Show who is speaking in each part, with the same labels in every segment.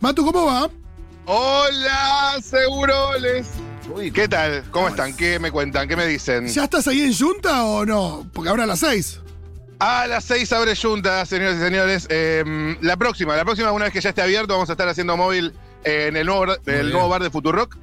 Speaker 1: Matu, ¿cómo va?
Speaker 2: Mm. Hola, seguroles. ¿Qué tal? ¿Cómo están? ¿Qué me cuentan? ¿Qué me dicen?
Speaker 1: ¿Ya estás ahí en Junta o no? Porque ahora a las seis.
Speaker 2: A las seis abre Junta, señores y señores. Eh, la próxima, la próxima, una vez que ya esté abierto, vamos a estar haciendo móvil eh, en el nuevo, bar- el
Speaker 3: bien.
Speaker 2: nuevo bar de Futurock.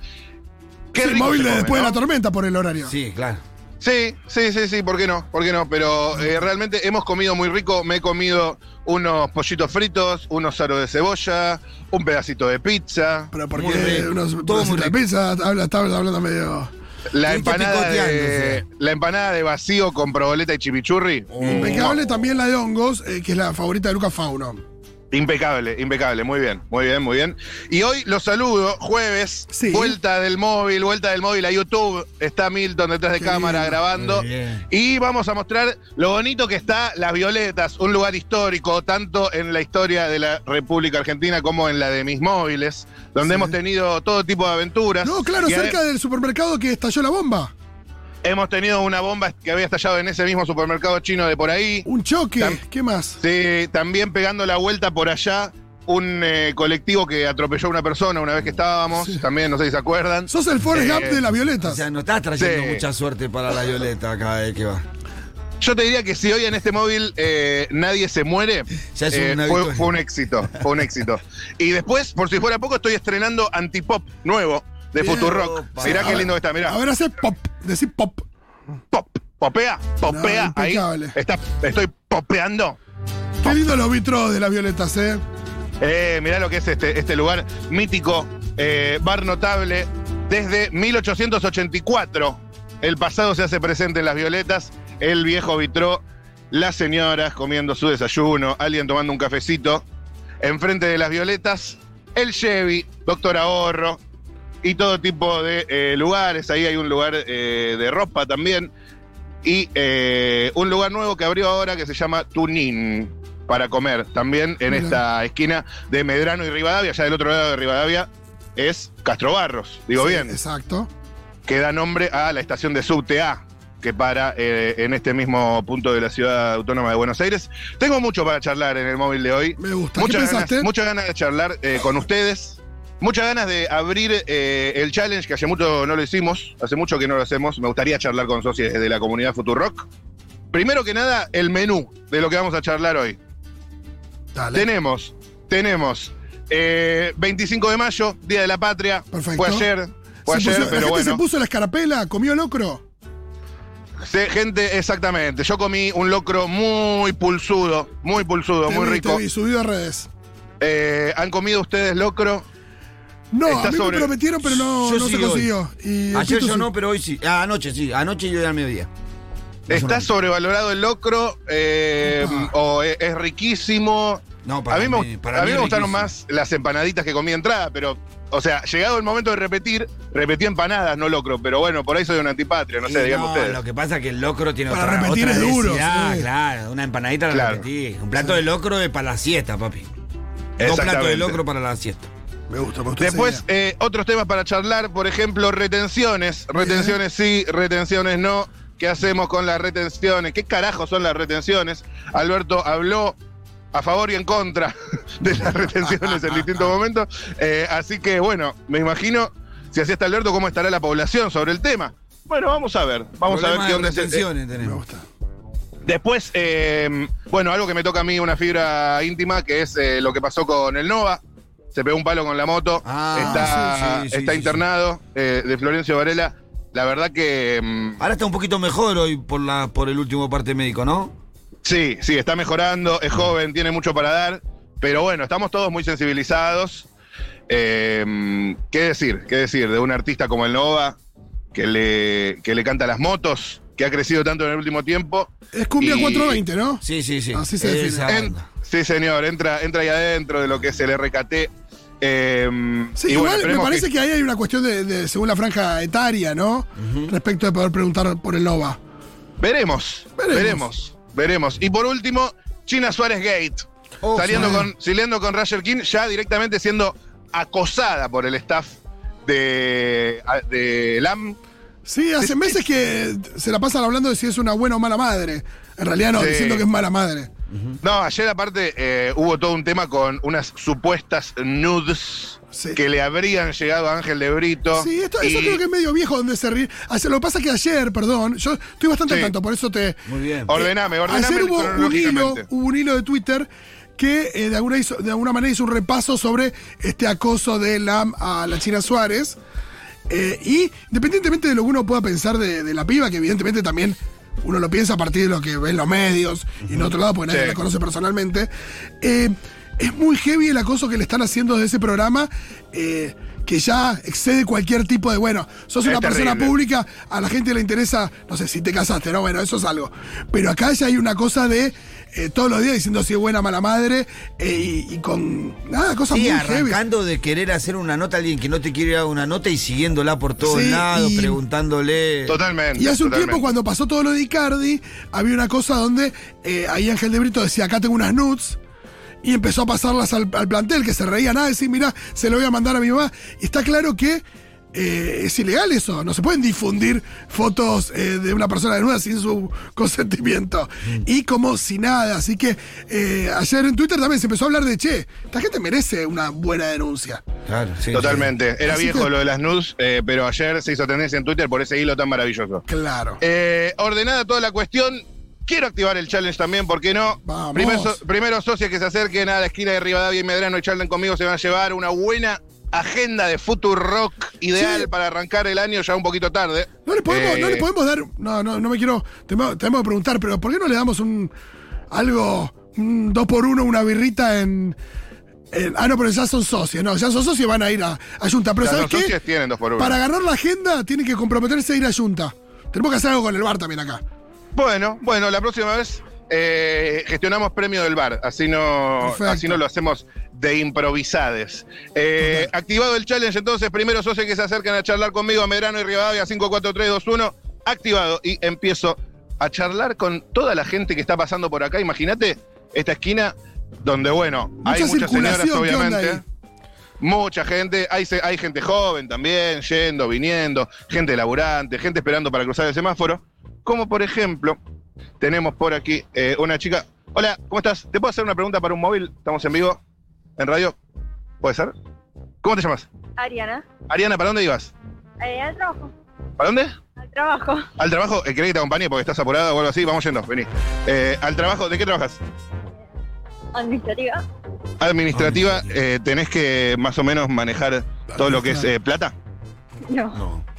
Speaker 2: Qué
Speaker 1: Sí,
Speaker 2: rico
Speaker 1: móvil
Speaker 2: se
Speaker 1: de
Speaker 2: come,
Speaker 1: después
Speaker 2: ¿no?
Speaker 1: de la tormenta por el horario.
Speaker 3: Sí, claro.
Speaker 2: Sí, sí, sí, sí, ¿por qué no? ¿Por qué no? Pero eh, realmente hemos comido muy rico. Me he comido unos pollitos fritos, unos aros de cebolla, un pedacito de pizza,
Speaker 1: Pero
Speaker 3: Muy
Speaker 1: porque
Speaker 3: rico.
Speaker 1: unos
Speaker 3: Todo muy
Speaker 1: pedacitos de
Speaker 3: rico.
Speaker 1: pizza, habla, estabas hablando medio.
Speaker 2: la
Speaker 3: Tuviste
Speaker 2: empanada, de,
Speaker 3: picoteándose.
Speaker 2: la empanada de vacío con proboleta y chimichurri.
Speaker 1: Uh. Impecable también la de hongos, eh, que es la favorita de Lucas Fauno.
Speaker 2: Impecable, impecable, muy bien, muy bien, muy bien. Y hoy los saludo, jueves,
Speaker 1: Sí.
Speaker 2: vuelta del móvil, vuelta del móvil a YouTube. Está Milton detrás de
Speaker 1: Qué
Speaker 2: cámara
Speaker 1: lindo.
Speaker 2: grabando.
Speaker 3: Muy bien.
Speaker 2: Y vamos a mostrar lo bonito que está Las Violetas, un lugar histórico, tanto en la historia de la República Argentina como en la de mis móviles, donde
Speaker 1: Sí.
Speaker 2: hemos tenido todo tipo de aventuras.
Speaker 1: No, claro,
Speaker 2: Y ade-
Speaker 1: cerca del supermercado que estalló la bomba.
Speaker 2: Hemos tenido una bomba que había estallado en ese mismo supermercado chino de por ahí.
Speaker 1: Un choque.
Speaker 2: Tam-
Speaker 1: ¿Qué más?
Speaker 2: Sí, también pegando la vuelta por allá, un eh, colectivo que atropelló a una persona una vez que estábamos, también no sé si se acuerdan.
Speaker 1: Sos el Forrest
Speaker 2: Eh,
Speaker 1: Gump de las
Speaker 3: O
Speaker 1: violetas.
Speaker 3: sea, no estás trayendo
Speaker 2: Sí.
Speaker 3: mucha suerte para la Violeta cada vez que va.
Speaker 2: Yo te diría que si hoy en este móvil eh, nadie se muere, eh,
Speaker 3: Ya es un
Speaker 2: fue,
Speaker 3: hábito.
Speaker 2: fue un éxito, fue un éxito. Y después, por si fuera poco, estoy estrenando Antipop nuevo de
Speaker 1: Bien.
Speaker 2: Futurock.
Speaker 3: Opa.
Speaker 2: Mirá
Speaker 1: A
Speaker 2: qué
Speaker 1: ver,
Speaker 2: lindo que está, mirá.
Speaker 1: A ver, hace pop. Decí pop.
Speaker 2: Pop, popea, popea,
Speaker 1: No,
Speaker 2: ahí.
Speaker 1: impecable.
Speaker 2: Está, estoy popeando.
Speaker 1: Qué lindo los vitros de las violetas, ¿eh?
Speaker 2: Eh, mirá lo que es este, este lugar mítico, eh, bar notable, desde 1884. El pasado se hace presente en las violetas, el viejo vitró, las señoras comiendo su desayuno, alguien tomando un cafecito. Enfrente de las violetas, el Chevy, Doctor Ahorro y todo tipo de eh, lugares. Ahí hay un lugar eh, de ropa también. Y eh, un lugar nuevo que abrió ahora que se llama Tunín para comer. También en
Speaker 1: Mirá.
Speaker 2: esta esquina de Medrano y Rivadavia, ya del otro lado de Rivadavia, es Castrobarros. Digo
Speaker 1: Sí,
Speaker 2: bien,
Speaker 1: Exacto.
Speaker 2: que da nombre a la estación de subte A que para eh, en este mismo punto de la ciudad autónoma de Buenos Aires. Tengo mucho para charlar en el móvil de hoy.
Speaker 1: Me gusta. ¿Qué
Speaker 2: Muchas
Speaker 1: pensaste?
Speaker 2: ganas, muchas ganas de charlar eh, con ustedes. Muchas ganas de abrir eh, el challenge que hace mucho no lo hicimos, hace mucho que no lo hacemos. Me gustaría charlar con socios de la comunidad Futurock. Primero que nada, el menú de lo que vamos a charlar hoy.
Speaker 1: Dale.
Speaker 2: Tenemos, tenemos eh, 25 de mayo, Día de la Patria.
Speaker 1: Perfecto. pues
Speaker 2: Fue ayer, fue
Speaker 1: Se
Speaker 2: ayer,
Speaker 1: puso- la
Speaker 2: pero
Speaker 1: gente
Speaker 2: bueno.
Speaker 1: se puso la escarapela, comió locro.
Speaker 2: Sí, gente, exactamente. Yo comí un locro muy pulsudo, muy pulsudo,
Speaker 1: Te
Speaker 2: muy
Speaker 1: vi,
Speaker 2: rico.
Speaker 1: te vi, subido a redes.
Speaker 2: Eh, ¿Han comido ustedes locro?
Speaker 1: No,
Speaker 2: Está
Speaker 1: a mí
Speaker 2: sobre-
Speaker 1: me prometieron, pero no,
Speaker 3: Yo
Speaker 1: no se
Speaker 3: sí hoy.
Speaker 1: consiguió. Y
Speaker 3: Ayer
Speaker 1: Tito
Speaker 3: yo
Speaker 1: sí.
Speaker 3: no, pero hoy sí. Ah, anoche sí, anoche yo era al mediodía.
Speaker 2: ¿Está
Speaker 3: Más o menos.
Speaker 2: sobrevalorado el locro eh,
Speaker 1: Upa.
Speaker 2: o es, es riquísimo?
Speaker 3: No,
Speaker 2: A
Speaker 3: para
Speaker 2: mí, me,
Speaker 3: mí- para
Speaker 2: a
Speaker 3: mí
Speaker 2: mí
Speaker 3: es
Speaker 2: me gustaron
Speaker 3: riquísimo.
Speaker 2: más las empanaditas que comí de entrada, pero, o sea, llegado el momento de repetir, repetí empanadas, no locro, pero bueno, por ahí soy un antipatria, no sé,
Speaker 3: Y
Speaker 2: digamos ustedes.
Speaker 3: Lo que pasa es que el locro tiene
Speaker 1: Para
Speaker 3: otra,
Speaker 1: repetir
Speaker 3: otra
Speaker 1: es duro,
Speaker 3: densidad,
Speaker 1: sí.
Speaker 3: claro. Una empanadita la
Speaker 2: Claro.
Speaker 3: repetí. Un plato de locro es para la siesta, papi. Dos platos
Speaker 2: Exactamente.
Speaker 3: de locro para la siesta.
Speaker 1: Me gusta, me gusta.
Speaker 2: Después,
Speaker 1: esa idea.
Speaker 2: eh, otros temas para charlar, por ejemplo, retenciones. Retenciones sí, retenciones no. ¿Qué hacemos con las retenciones? ¿Qué carajo son las retenciones? Alberto habló a favor y en contra de las retenciones en distintos momentos. Eh, así que, bueno, me imagino, si así está Alberto, cómo estará la población sobre el tema. Bueno, vamos a ver. Vamos a ver
Speaker 3: Problemas
Speaker 2: qué
Speaker 3: de
Speaker 2: onda. es el- eh,
Speaker 3: retenciones
Speaker 1: Me
Speaker 3: tenemos.
Speaker 1: gusta.
Speaker 2: Después, eh, bueno, algo que me toca a mí, una fibra íntima, que es eh, lo que pasó con el Nova. Se pegó un palo con la moto,
Speaker 3: Ah,
Speaker 2: está,
Speaker 3: sí, sí, sí,
Speaker 2: está
Speaker 3: sí,
Speaker 2: internado, eh, de Florencio Varela. La verdad que mm,
Speaker 3: Ahora está un poquito mejor hoy por la por el último parte médico, ¿no?
Speaker 2: sí, sí, está mejorando, es joven, tiene mucho para dar, pero bueno, estamos todos muy sensibilizados. Eh, ¿Qué decir? ¿Qué decir de un artista como el Nova, que le, que le canta las motos, que ha crecido tanto en el último tiempo?
Speaker 1: Es cumbia
Speaker 2: y-
Speaker 1: 420, ¿no?
Speaker 3: Sí, sí, sí.
Speaker 1: Así se define.
Speaker 3: Esa
Speaker 2: En-
Speaker 3: banda.
Speaker 2: sí, señor, entra, entra ahí adentro de lo que es el RKT. Eh,
Speaker 1: Sí,
Speaker 2: y bueno,
Speaker 1: igual me
Speaker 2: esperemos
Speaker 1: parece que...
Speaker 2: que-
Speaker 1: ahí hay una cuestión de, de- según la franja etaria, ¿no? Respecto de poder preguntar por el Nova.
Speaker 2: Veremos,
Speaker 1: Veremos.
Speaker 2: veremos, veremos, Y por último, China Suárez Gate.
Speaker 3: Oh,
Speaker 2: saliendo,
Speaker 1: sí.
Speaker 2: con, saliendo con Roger King, ya directamente siendo acosada por el staff de, de LAM.
Speaker 1: Sí, hace meses que se la pasan hablando de si es una buena o mala madre. En realidad no,
Speaker 2: Sí.
Speaker 1: diciendo que es mala madre.
Speaker 2: No, ayer aparte eh, hubo todo un tema con unas supuestas nudes
Speaker 1: Sí.
Speaker 2: que le habrían llegado a Ángel de Brito.
Speaker 1: Sí, esto,
Speaker 2: y-
Speaker 1: eso creo que es medio viejo donde se ríe. Ayer- Lo que pasa es que ayer, perdón, yo estoy bastante
Speaker 2: Sí.
Speaker 1: al tanto, por eso te,
Speaker 3: Muy bien.
Speaker 2: Ordename, ordename
Speaker 1: Ayer hubo un hilo,
Speaker 2: cronológicamente.
Speaker 1: hubo un hilo de Twitter que eh, de, alguna hizo- de alguna manera hizo un repaso sobre este acoso de Lam a la China Suárez. Eh, y independientemente de lo que uno pueda pensar de, de la piba, que evidentemente también uno lo piensa a partir de lo que ve en los medios y en otro lado, porque nadie
Speaker 2: Sí.
Speaker 1: la conoce personalmente, eh, es muy heavy el acoso que le están haciendo de ese programa. eh, que ya excede cualquier tipo de, bueno, sos
Speaker 2: Es
Speaker 1: una persona
Speaker 2: terrible.
Speaker 1: pública pública, a la gente le interesa, no sé, si te casaste, ¿no? Bueno, eso es algo. Pero acá ya hay una cosa de eh, todos los días diciendo si es buena, mala madre, eh, y, y con nada, cosas
Speaker 3: Sí,
Speaker 1: muy heavy.
Speaker 3: arrancando de querer hacer una nota a alguien que no te quiere dar una nota y siguiéndola por todos
Speaker 1: Sí,
Speaker 3: lados,
Speaker 1: y-
Speaker 3: preguntándole.
Speaker 2: Totalmente.
Speaker 1: Y hace un
Speaker 2: totalmente.
Speaker 1: tiempo, cuando pasó todo lo de Icardi, había una cosa donde eh, ahí Ángel de Brito decía, acá tengo unas nudes. Y empezó a pasarlas al, al plantel, que se reía nada, decir, mira, se lo voy a mandar a mi mamá. Y está claro que eh, es ilegal eso. No se pueden difundir fotos eh, de una persona desnuda sin su consentimiento. Y como si nada. Así que eh, ayer en Twitter también se empezó a hablar de, che, esta gente merece una buena denuncia.
Speaker 3: Claro, sí,
Speaker 2: Totalmente. Era
Speaker 1: Así
Speaker 2: viejo
Speaker 1: que-
Speaker 2: lo de las nudes, eh, pero ayer se hizo tendencia en Twitter por ese hilo tan maravilloso.
Speaker 1: Claro.
Speaker 2: Eh, ordenada toda la cuestión. Quiero activar el challenge también, ¿por qué no?
Speaker 1: Vamos.
Speaker 2: Primer so- primero socios que se acerquen a la esquina de Rivadavia y Medrano y charlen conmigo, se van a llevar una buena agenda de futuro rock ideal
Speaker 1: Sí.
Speaker 2: para arrancar el año ya un poquito tarde.
Speaker 1: No le podemos,
Speaker 2: Eh,
Speaker 1: no le podemos dar. No, no, no me quiero. Tenemos, tenemos que preguntar, pero ¿por qué no le damos un. algo. un 2 por 1 una birrita en. en- ah, no, pero ya son socios. No, ya son socios y van a ir a, a Junta. Pero
Speaker 2: las
Speaker 1: ¿sabes
Speaker 2: dos
Speaker 1: qué?
Speaker 2: socias tienen dos por uno.
Speaker 1: Para agarrar la agenda tienen que comprometerse a ir a Junta. Tenemos que hacer algo con el bar también acá.
Speaker 2: Bueno, bueno, la próxima vez eh, gestionamos premio del bar, así no,
Speaker 1: Perfecto.
Speaker 2: así no lo hacemos de improvisades. Eh, activado el challenge, entonces, primero socios que se acercan a charlar conmigo a Medrano y Rivadavia 54321, activado y empiezo a charlar con toda la gente que está pasando por acá. Imagínate esta esquina donde, bueno, hay muchas señoras,
Speaker 1: circulación, ¿qué onda
Speaker 2: obviamente. Mucha gente, hay, se- hay gente joven también, yendo, viniendo, gente laburante, gente esperando para cruzar el semáforo. Como por ejemplo, tenemos por aquí eh, una chica. Hola, ¿cómo estás? ¿Te puedo hacer una pregunta para un móvil? Estamos en vivo, en radio. ¿Puede ser? ¿Cómo te llamas?
Speaker 4: Ariana,
Speaker 2: Ariana, ¿para dónde ibas?
Speaker 4: eh, al trabajo,
Speaker 2: ¿Para dónde?
Speaker 4: al trabajo,
Speaker 2: ¿Al trabajo? Eh, ¿Querés que te acompañe porque estás apurada o algo así? Vamos yendo, vení. Eh, ¿Al trabajo? ¿De qué trabajas?
Speaker 4: administrativa.
Speaker 2: Administrativa, eh, tenés que más o menos manejar todo lo que es eh, plata.
Speaker 4: No,
Speaker 3: No.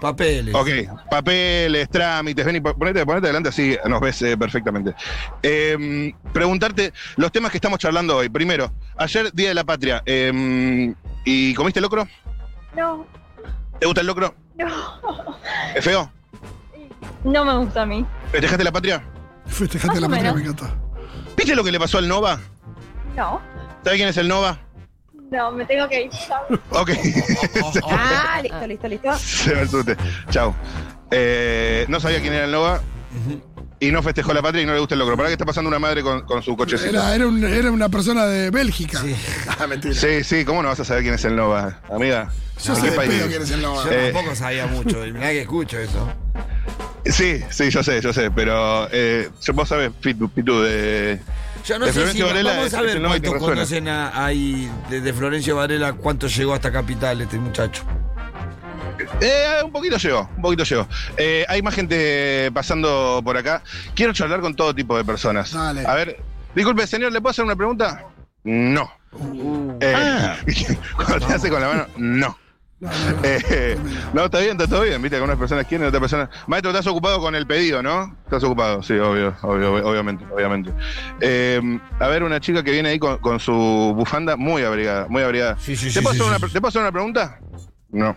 Speaker 3: Papeles.
Speaker 2: Ok, papeles, trámites, ven y po- ponete, ponete adelante así nos ves eh, perfectamente. Em, preguntarte los temas que estamos charlando hoy. Primero, ayer Día de la Patria. em, ¿Y comiste locro?
Speaker 4: no,
Speaker 2: ¿Te gusta el locro?
Speaker 4: no,
Speaker 2: ¿Es feo?
Speaker 4: no me gusta a mí.
Speaker 2: ¿Festejaste la patria?
Speaker 1: Festejate
Speaker 4: Más
Speaker 1: la
Speaker 4: o
Speaker 1: patria,
Speaker 4: menos.
Speaker 1: me encanta.
Speaker 2: ¿Viste lo que le pasó al Nova?
Speaker 4: No,
Speaker 2: ¿Sabes quién es el Nova?
Speaker 4: no, me tengo que ir. Chao.
Speaker 2: Ok,
Speaker 4: Ah, listo, listo, listo.
Speaker 2: se me asusté. Chau. Eh, no sabía quién era el Nova y no festejó la patria y no le gusta el locro. ¿Para qué está pasando una madre con, con su cochecito?
Speaker 1: Era, era, un- era una persona de Bélgica.
Speaker 3: Sí.
Speaker 1: Ah, mentira.
Speaker 2: Sí, sí, ¿cómo no vas a saber quién es el Nova, amiga?
Speaker 1: Yo
Speaker 2: ¿De
Speaker 1: sé
Speaker 2: qué
Speaker 1: de
Speaker 2: país
Speaker 1: pedo
Speaker 2: es?
Speaker 1: quién es el
Speaker 3: Yo
Speaker 1: Nova.
Speaker 2: Eh.
Speaker 3: tampoco sabía mucho. y Mirá que escucho eso.
Speaker 2: Sí, sí, yo sé, yo sé, pero eh, yo- vos sabés, Pitu, Pitu, de...
Speaker 3: Yo no
Speaker 2: De
Speaker 3: sé
Speaker 2: Florencio
Speaker 3: si.
Speaker 2: Varela
Speaker 3: vamos
Speaker 2: es-
Speaker 3: a
Speaker 2: es
Speaker 3: ver
Speaker 2: el nombre que
Speaker 3: cuántos
Speaker 2: resuena.
Speaker 3: conocen a, ahí de, de Florencio Varela, cuánto llegó hasta Capital este muchacho.
Speaker 2: Eh, un poquito llegó, un poquito llegó. Eh, hay más gente pasando por acá. Quiero charlar con todo tipo de personas.
Speaker 1: Dale.
Speaker 2: A ver, disculpe, señor, ¿le puedo hacer una pregunta? No. Eh,
Speaker 3: Ah.
Speaker 2: cuando te hace con la mano, no.
Speaker 1: No, no, no.
Speaker 2: Eh, no, está bien, está todo bien. Viste, que unas personas quieren, otras personas. Maestro, estás ocupado con el pedido, ¿no? Estás ocupado, sí, obvio, obvio, obvio, obviamente, obviamente. Eh, a ver, una chica que viene ahí con, con su bufanda muy abrigada, muy abrigada.
Speaker 3: Sí, sí,
Speaker 2: ¿Te,
Speaker 3: sí,
Speaker 2: puedo
Speaker 3: sí,
Speaker 2: hacer
Speaker 3: sí,
Speaker 2: una,
Speaker 3: sí.
Speaker 2: pre- ¿Te puedo hacer una pregunta? No.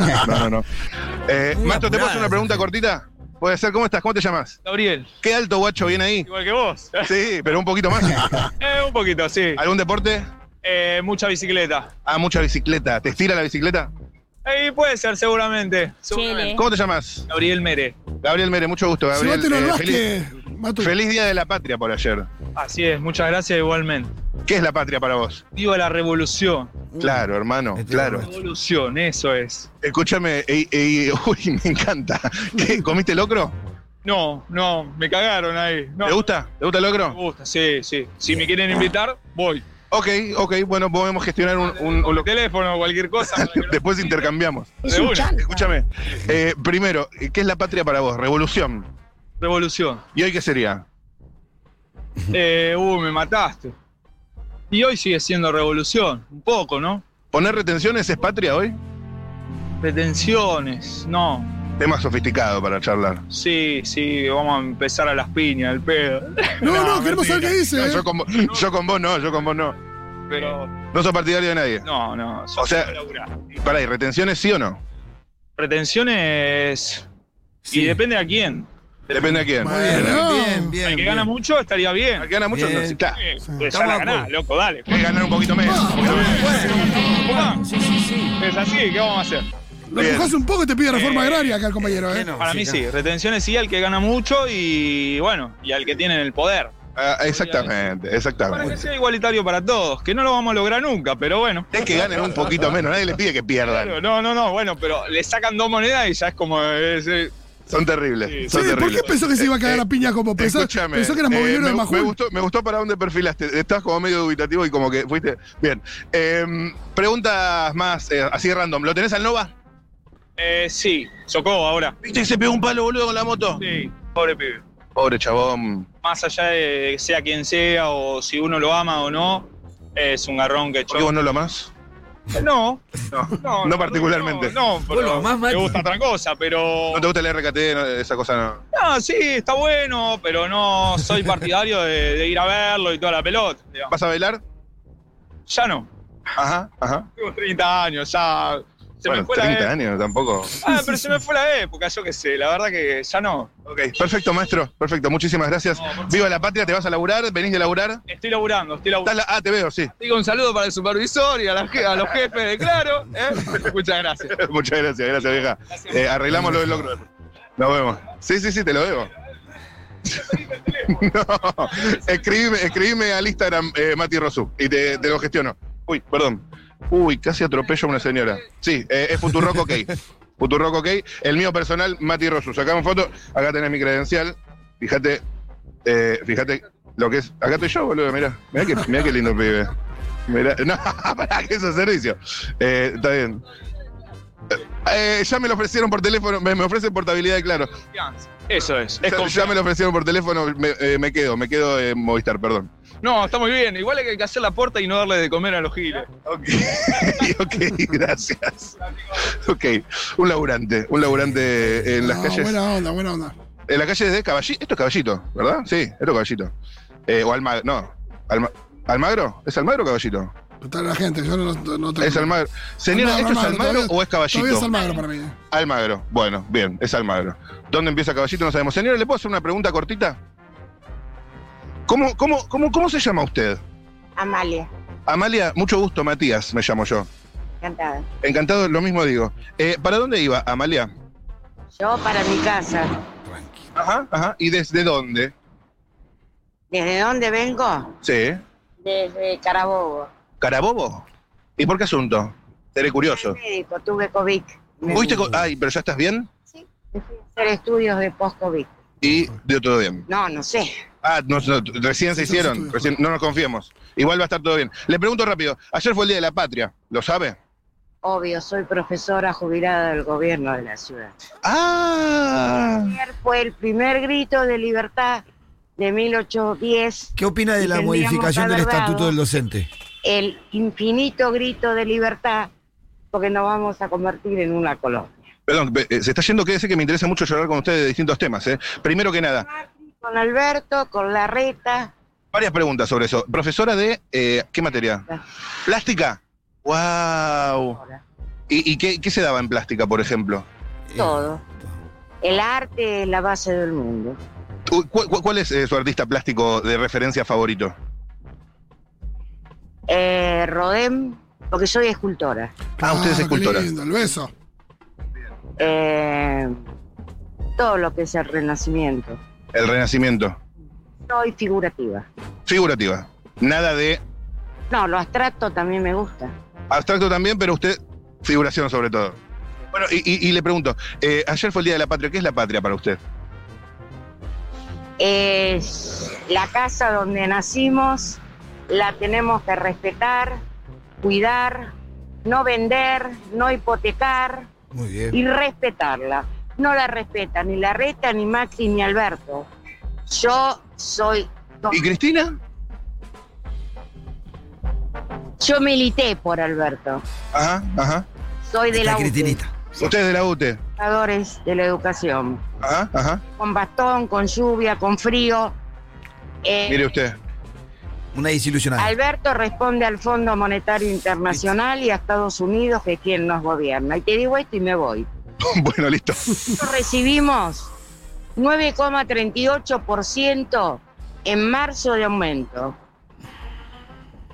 Speaker 2: No, no, no. Eh,
Speaker 3: Muy
Speaker 2: maestro, ¿te puedo hacer
Speaker 3: apurada,
Speaker 2: una pregunta
Speaker 3: sí.
Speaker 2: cortita? Puede ser, ¿cómo estás? ¿Cómo te llamas?
Speaker 5: Gabriel,
Speaker 2: ¿Qué alto guacho viene ahí?
Speaker 5: igual que vos.
Speaker 2: Sí, pero un poquito más.
Speaker 5: Eh, un poquito, sí.
Speaker 2: ¿Algún deporte?
Speaker 5: Eh, mucha bicicleta.
Speaker 2: Ah, mucha bicicleta. ¿Te estira la bicicleta?
Speaker 5: Eh, puede ser, seguramente. seguramente.
Speaker 2: ¿Cómo te llamas?
Speaker 5: Gabriel Mere.
Speaker 2: Gabriel Mere, mucho gusto, Gabriel.
Speaker 1: Llévatelo al
Speaker 2: Eh,
Speaker 1: básquet, Matu.
Speaker 2: Feliz Día de la Patria por ayer.
Speaker 5: Así es, muchas gracias igualmente.
Speaker 2: ¿Qué es la patria para vos?
Speaker 5: Viva la revolución.
Speaker 1: Mm.
Speaker 2: Claro, hermano,
Speaker 3: Este
Speaker 2: claro.
Speaker 3: momento.
Speaker 5: Revolución, eso es.
Speaker 2: Escúchame, ey, ey, uy, me encanta. ¿Qué, ¿Comiste locro?
Speaker 5: No, no, me cagaron ahí. No,
Speaker 2: ¿Te gusta? ¿Te gusta el
Speaker 5: Me
Speaker 2: locro?
Speaker 5: gusta, sí, sí. Si me quieren invitar, voy.
Speaker 2: Ok, ok, bueno, podemos gestionar un, un- un
Speaker 5: Un
Speaker 2: locro.
Speaker 5: teléfono, cualquier cosa. para que no-
Speaker 2: Después intercambiamos.
Speaker 4: Es
Speaker 5: De
Speaker 4: un
Speaker 5: una,
Speaker 4: chanta.
Speaker 2: Escúchame. eh, primero, ¿qué es la patria para vos? Revolución.
Speaker 5: Revolución.
Speaker 2: ¿Y hoy qué sería?
Speaker 5: Eh, uh, me mataste. Y hoy sigue siendo revolución, un poco, ¿no?
Speaker 2: ¿Poner retenciones es patria hoy?
Speaker 5: Retenciones, no.
Speaker 2: Tema sofisticado para charlar.
Speaker 5: Sí, sí, vamos a empezar a las piñas, el pedo.
Speaker 1: No, no,
Speaker 5: No,
Speaker 1: queremos saber qué
Speaker 5: mentira.
Speaker 1: dice.
Speaker 2: No,
Speaker 1: ¿eh?
Speaker 2: yo, con, vo- yo con vos no, yo con vos no.
Speaker 5: Pero
Speaker 2: No soy partidario de nadie.
Speaker 5: no, no.
Speaker 2: O sea-
Speaker 5: sos laburar.
Speaker 2: Pará, ¿y retenciones sí o no?
Speaker 5: retenciones.
Speaker 3: Sí.
Speaker 5: Y depende a quién.
Speaker 2: Depende a quién.
Speaker 1: Muy bien, ¿no?
Speaker 3: Bien, bien,
Speaker 5: Al
Speaker 3: bien.
Speaker 5: que gana mucho estaría bien.
Speaker 2: Al que gana mucho,
Speaker 3: Bien.
Speaker 2: no, sí, claro.
Speaker 5: Eh,
Speaker 1: Sí.
Speaker 5: pues ya
Speaker 3: Estamos
Speaker 5: la
Speaker 3: de
Speaker 5: ganás,
Speaker 3: acuerdo.
Speaker 5: loco, dale.
Speaker 2: Hay que ganar un poquito menos. un poquito menos.
Speaker 5: Juan,
Speaker 3: Sí, sí, sí.
Speaker 5: Es así, ¿qué vamos a hacer?
Speaker 1: Lo
Speaker 2: Bien. Eh,
Speaker 1: empujás un poco y te pide reforma agraria acá el compañero,
Speaker 3: ¿Qué
Speaker 1: ¿eh?
Speaker 3: no?
Speaker 5: Para mí sí,
Speaker 3: claro.
Speaker 5: retenciones sí al que gana mucho y bueno, y al que tiene el poder.
Speaker 2: Ah, exactamente,
Speaker 5: Para que
Speaker 2: exactamente.
Speaker 5: sea igualitario para todos, que no lo vamos a lograr nunca, pero bueno.
Speaker 2: Es que ganen un poquito menos, nadie les pide que
Speaker 5: Claro,
Speaker 2: pierdan.
Speaker 5: no, no, no, bueno, pero le sacan dos monedas y ya es como. eh, sí.
Speaker 2: Son terribles.
Speaker 5: Sí,
Speaker 1: Sí,
Speaker 2: Son
Speaker 1: ¿por qué
Speaker 2: terribles.
Speaker 1: pensó que se iba a cagar
Speaker 2: Eh,
Speaker 1: la piña como pensó?
Speaker 2: Escúchame,
Speaker 1: Pensó que era
Speaker 2: eh,
Speaker 1: movilero
Speaker 2: me,
Speaker 1: de Majul.
Speaker 2: me gustó, me gustó para dónde perfilaste. Estás como medio dubitativo y como que fuiste. Bien. Em, preguntas más, eh, así random. ¿Lo tenés al Nova?
Speaker 5: Eh, sí, Socobo ahora.
Speaker 2: ¿Viste que se pegó un palo, boludo, con la moto?
Speaker 5: Sí, pobre pibe.
Speaker 2: Pobre chabón.
Speaker 5: Más allá de sea quien sea o si uno lo ama o no, es un garrón que
Speaker 2: ¿Por qué vos
Speaker 5: echó.
Speaker 2: no lo amás?
Speaker 5: No,
Speaker 2: No.
Speaker 5: no,
Speaker 2: No particularmente.
Speaker 5: No, no, pero
Speaker 3: Vos lo amás,
Speaker 5: me
Speaker 3: Mati.
Speaker 5: gusta otra cosa, pero.
Speaker 2: ¿No te gusta el RKT? No, esa cosa no.
Speaker 5: No, sí, está bueno, pero no soy partidario de, de ir a verlo y toda la pelota. digamos.
Speaker 2: ¿Vas a bailar?
Speaker 5: Ya no.
Speaker 2: Ajá, ajá.
Speaker 5: Tengo 30 años, ya. Se
Speaker 2: bueno,
Speaker 5: me fue la E.
Speaker 2: 30
Speaker 5: época.
Speaker 2: años tampoco.
Speaker 5: Ah, pero se me fue la época, yo qué sé, la verdad que ya no.
Speaker 2: Ok, perfecto, maestro. Perfecto, muchísimas gracias.
Speaker 5: No, por favor.
Speaker 2: Viva la patria, te vas a laburar, venís de laburar.
Speaker 5: Estoy laburando, estoy laburando.
Speaker 2: Estás la- Ah, te veo, sí.
Speaker 5: Digo un saludo para el supervisor y a, la je- a los jefes de Claro. ¿eh? Muchas gracias.
Speaker 2: Muchas gracias, gracias, vieja.
Speaker 5: Gracias.
Speaker 2: Eh, arreglamos lo del locro. Nos vemos. Sí, sí, sí, te lo veo. No, escribime, escribime al Instagram, eh, Mati Rosu, y te, te lo gestiono. Uy, perdón. Uy, casi atropello a una señora. Sí, eh, es Futurock OK. Futurock OK. El mío personal, Mati Rosu. Sacamos foto. Acá tenés mi credencial. Fíjate, eh, fíjate lo que es. Acá estoy yo, boludo. Mirá, mirá qué, mirá qué lindo pibe. Mirá, no, para que eso es servicio. Eh, está bien. Eh, ya me lo ofrecieron por teléfono, me, me ofrecen portabilidad de claro.
Speaker 5: Confianza. Eso es. es
Speaker 2: Ya, ya me lo ofrecieron por teléfono, me, eh, me quedo, me quedo en Movistar, perdón.
Speaker 5: confianza. No, está muy bien. Igual hay que hacer la puerta y no darle de comer a los giles.
Speaker 2: Ok, ok, gracias. Ok, un laburante, un laburante en las
Speaker 1: No,
Speaker 2: calles.
Speaker 1: Buena onda, buena onda.
Speaker 2: En las calles de Caballito, esto es Caballito, ¿verdad? Sí, esto es Caballito. Eh, o Almagro, no. Alma- ¿Almagro? ¿es Almagro o Caballito?
Speaker 1: Total, la gente, yo no, no, no tengo-
Speaker 2: Es Almagro. Señora,
Speaker 1: Almagro,
Speaker 2: ¿esto es
Speaker 1: Almagro,
Speaker 2: Almagro
Speaker 1: todavía-
Speaker 2: o es Caballito?
Speaker 1: Todavía es Almagro para mí.
Speaker 2: Almagro. Bueno, bien, es Almagro. ¿Dónde empieza Caballito? No sabemos. Señora, ¿le puedo hacer una pregunta cortita? ¿Cómo, cómo, cómo, cómo se llama usted?
Speaker 6: Amalia,
Speaker 2: Amalia, mucho gusto, Matías, me llamo yo.
Speaker 6: encantada.
Speaker 2: Encantado, lo mismo digo. Eh, ¿Para dónde iba, Amalia?
Speaker 6: Yo para mi casa.
Speaker 3: Tranquilo.
Speaker 2: Ajá, ajá. ¿Y desde dónde?
Speaker 6: ¿Desde dónde vengo?
Speaker 2: Sí.
Speaker 6: Desde Carabobo.
Speaker 2: ¿Carabobo? ¿Y por qué asunto? Seré curioso.
Speaker 6: Soy médico, tuve COVID. Me
Speaker 2: ¿Fuiste con- Ay, pero ya estás bien
Speaker 6: fui a hacer estudios de post-COVID.
Speaker 2: y dio todo bien.
Speaker 6: No, no sé.
Speaker 2: Ah, no, no, recién se
Speaker 1: Sí, sí, sí,
Speaker 2: hicieron.
Speaker 1: estuve.
Speaker 2: Recién, no nos confiemos. Igual va a estar todo bien. Le pregunto rápido. Ayer fue el Día de la Patria. ¿Lo sabe?
Speaker 6: Obvio, soy profesora jubilada del gobierno de la ciudad.
Speaker 2: Ah.
Speaker 6: Ayer fue el primer grito de libertad de 1810,
Speaker 3: ¿Qué opina de
Speaker 6: Y
Speaker 3: la
Speaker 6: tendríamos
Speaker 3: modificación
Speaker 6: que
Speaker 3: del
Speaker 6: haber
Speaker 3: estatuto
Speaker 6: dado-
Speaker 3: del docente?
Speaker 6: el infinito grito de libertad, porque nos vamos a convertir en una colonia.
Speaker 2: Perdón, pe- eh, se está yendo, quédese que me interesa mucho charlar con ustedes de distintos temas. ¿eh? Primero que nada,
Speaker 6: Con Alberto, con Larreta,
Speaker 2: varias preguntas sobre eso. Profesora de, eh, ¿qué materia? ¿Plástica? ¡Wow!
Speaker 6: ahora.
Speaker 2: ¿Y, y qué, qué se daba en plástica, por ejemplo?
Speaker 6: Todo. El arte es la base del mundo.
Speaker 2: Uy, ¿cu- cu- ¿Cuál es eh, su artista plástico de referencia favorito?
Speaker 6: Eh, Rodem, porque soy escultora.
Speaker 2: Ah, usted es
Speaker 1: qué
Speaker 2: escultora.
Speaker 1: lindo, el beso.
Speaker 6: Eh, todo lo que es el renacimiento.
Speaker 2: El Renacimiento.
Speaker 6: Soy figurativa.
Speaker 2: Figurativa. Nada de
Speaker 6: No, lo abstracto también me gusta.
Speaker 2: abstracto también, pero usted, figuración sobre todo. Bueno, y, y- y le pregunto, eh, ayer fue el Día de la Patria. ¿Qué es la patria para usted?
Speaker 6: Es la casa donde nacimos, la tenemos que respetar, cuidar, no vender, no hipotecar
Speaker 3: Muy bien.
Speaker 6: y respetarla. No la respeta ni la reta ni Maxi ni Alberto. Yo soy
Speaker 2: ¿Y Cristina?
Speaker 6: yo milité por Alberto.
Speaker 2: Ajá, ajá.
Speaker 6: Soy de
Speaker 3: Está
Speaker 6: la UTE,
Speaker 3: Cristinita.
Speaker 2: Usted es de la UTE.
Speaker 6: trabajadores de la educación.
Speaker 2: Ajá, ajá.
Speaker 6: Con bastón, con lluvia, con frío. Eh,
Speaker 2: Mire usted.
Speaker 3: Una desilusionada.
Speaker 6: Alberto responde al Fondo Monetario Internacional y a Estados Unidos, que es quien nos gobierna. Y te digo esto y me voy.
Speaker 2: bueno, listo.
Speaker 6: Nosotros recibimos 9,38% en marzo de aumento.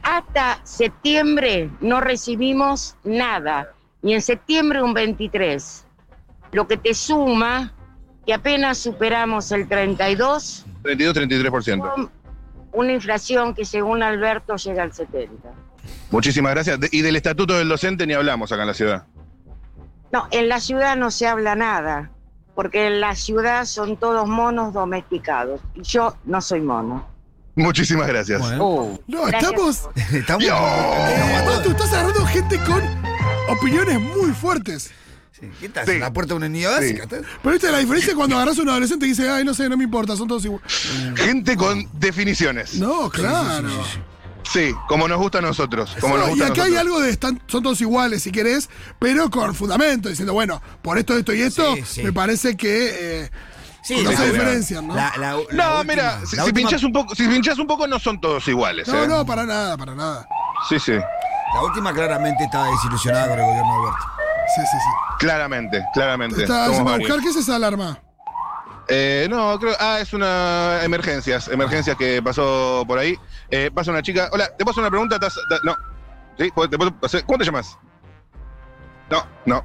Speaker 6: Hasta septiembre no recibimos nada, y en septiembre un 23, lo que te suma que apenas superamos el 32
Speaker 2: 32-33%.
Speaker 6: con una inflación que según Alberto llega al 70.
Speaker 2: Muchísimas gracias. De- y del estatuto del docente ni hablamos acá en la ciudad.
Speaker 6: No, en la ciudad no se habla nada, porque en la ciudad son todos monos domesticados. Y yo no soy mono.
Speaker 2: Muchísimas gracias.
Speaker 3: Bueno,
Speaker 1: No,
Speaker 6: Gracias.
Speaker 1: estamos.
Speaker 3: estamos.
Speaker 2: Dios.
Speaker 1: Eh, Matu, estás agarrando gente con opiniones muy fuertes.
Speaker 3: Sí, ¿Qué estás?
Speaker 2: Sí.
Speaker 3: ¿En la puerta de una unidad
Speaker 2: Sí.
Speaker 3: básica? ¿Estás?
Speaker 1: Pero viste la diferencia es cuando agarras a un adolescente y dices, ay, no sé, no me importa, son todos iguales.
Speaker 2: Gente con definiciones.
Speaker 1: No, claro.
Speaker 3: Sí, sí, sí,
Speaker 2: Sí, como nos gusta a nosotros. Como nos
Speaker 1: No, y
Speaker 2: gusta a
Speaker 1: acá hay
Speaker 2: nosotros.
Speaker 1: algo de están, son todos iguales, si querés, pero con fundamento, diciendo, bueno, por esto, esto y esto,
Speaker 3: Sí, sí.
Speaker 1: me parece que eh,
Speaker 3: sí.
Speaker 1: no
Speaker 2: la-
Speaker 1: se
Speaker 2: la-
Speaker 1: diferencian, ¿no?
Speaker 2: No, mira, si, si pinchás un poco, si pinchás un poco no son todos iguales.
Speaker 1: no,
Speaker 2: ¿eh?
Speaker 1: no, para nada, para nada.
Speaker 2: Sí, sí.
Speaker 3: La última claramente estaba desilusionada con el gobierno de Alberto.
Speaker 1: Sí, sí, sí.
Speaker 2: Claramente, claramente.
Speaker 1: Te Está
Speaker 2: Somos
Speaker 1: haciendo
Speaker 2: varios.
Speaker 1: buscar, ¿qué es esa alarma?
Speaker 2: Eh, no, creo. Ah, es una emergencias. Emergencias que pasó por ahí. Eh, pasa una chica. Hola, ¿te paso una pregunta? ¿Estás- ta- no. ¿Sí? ¿Puedo- te puedo hacer- ¿Cómo te llamas? No, no,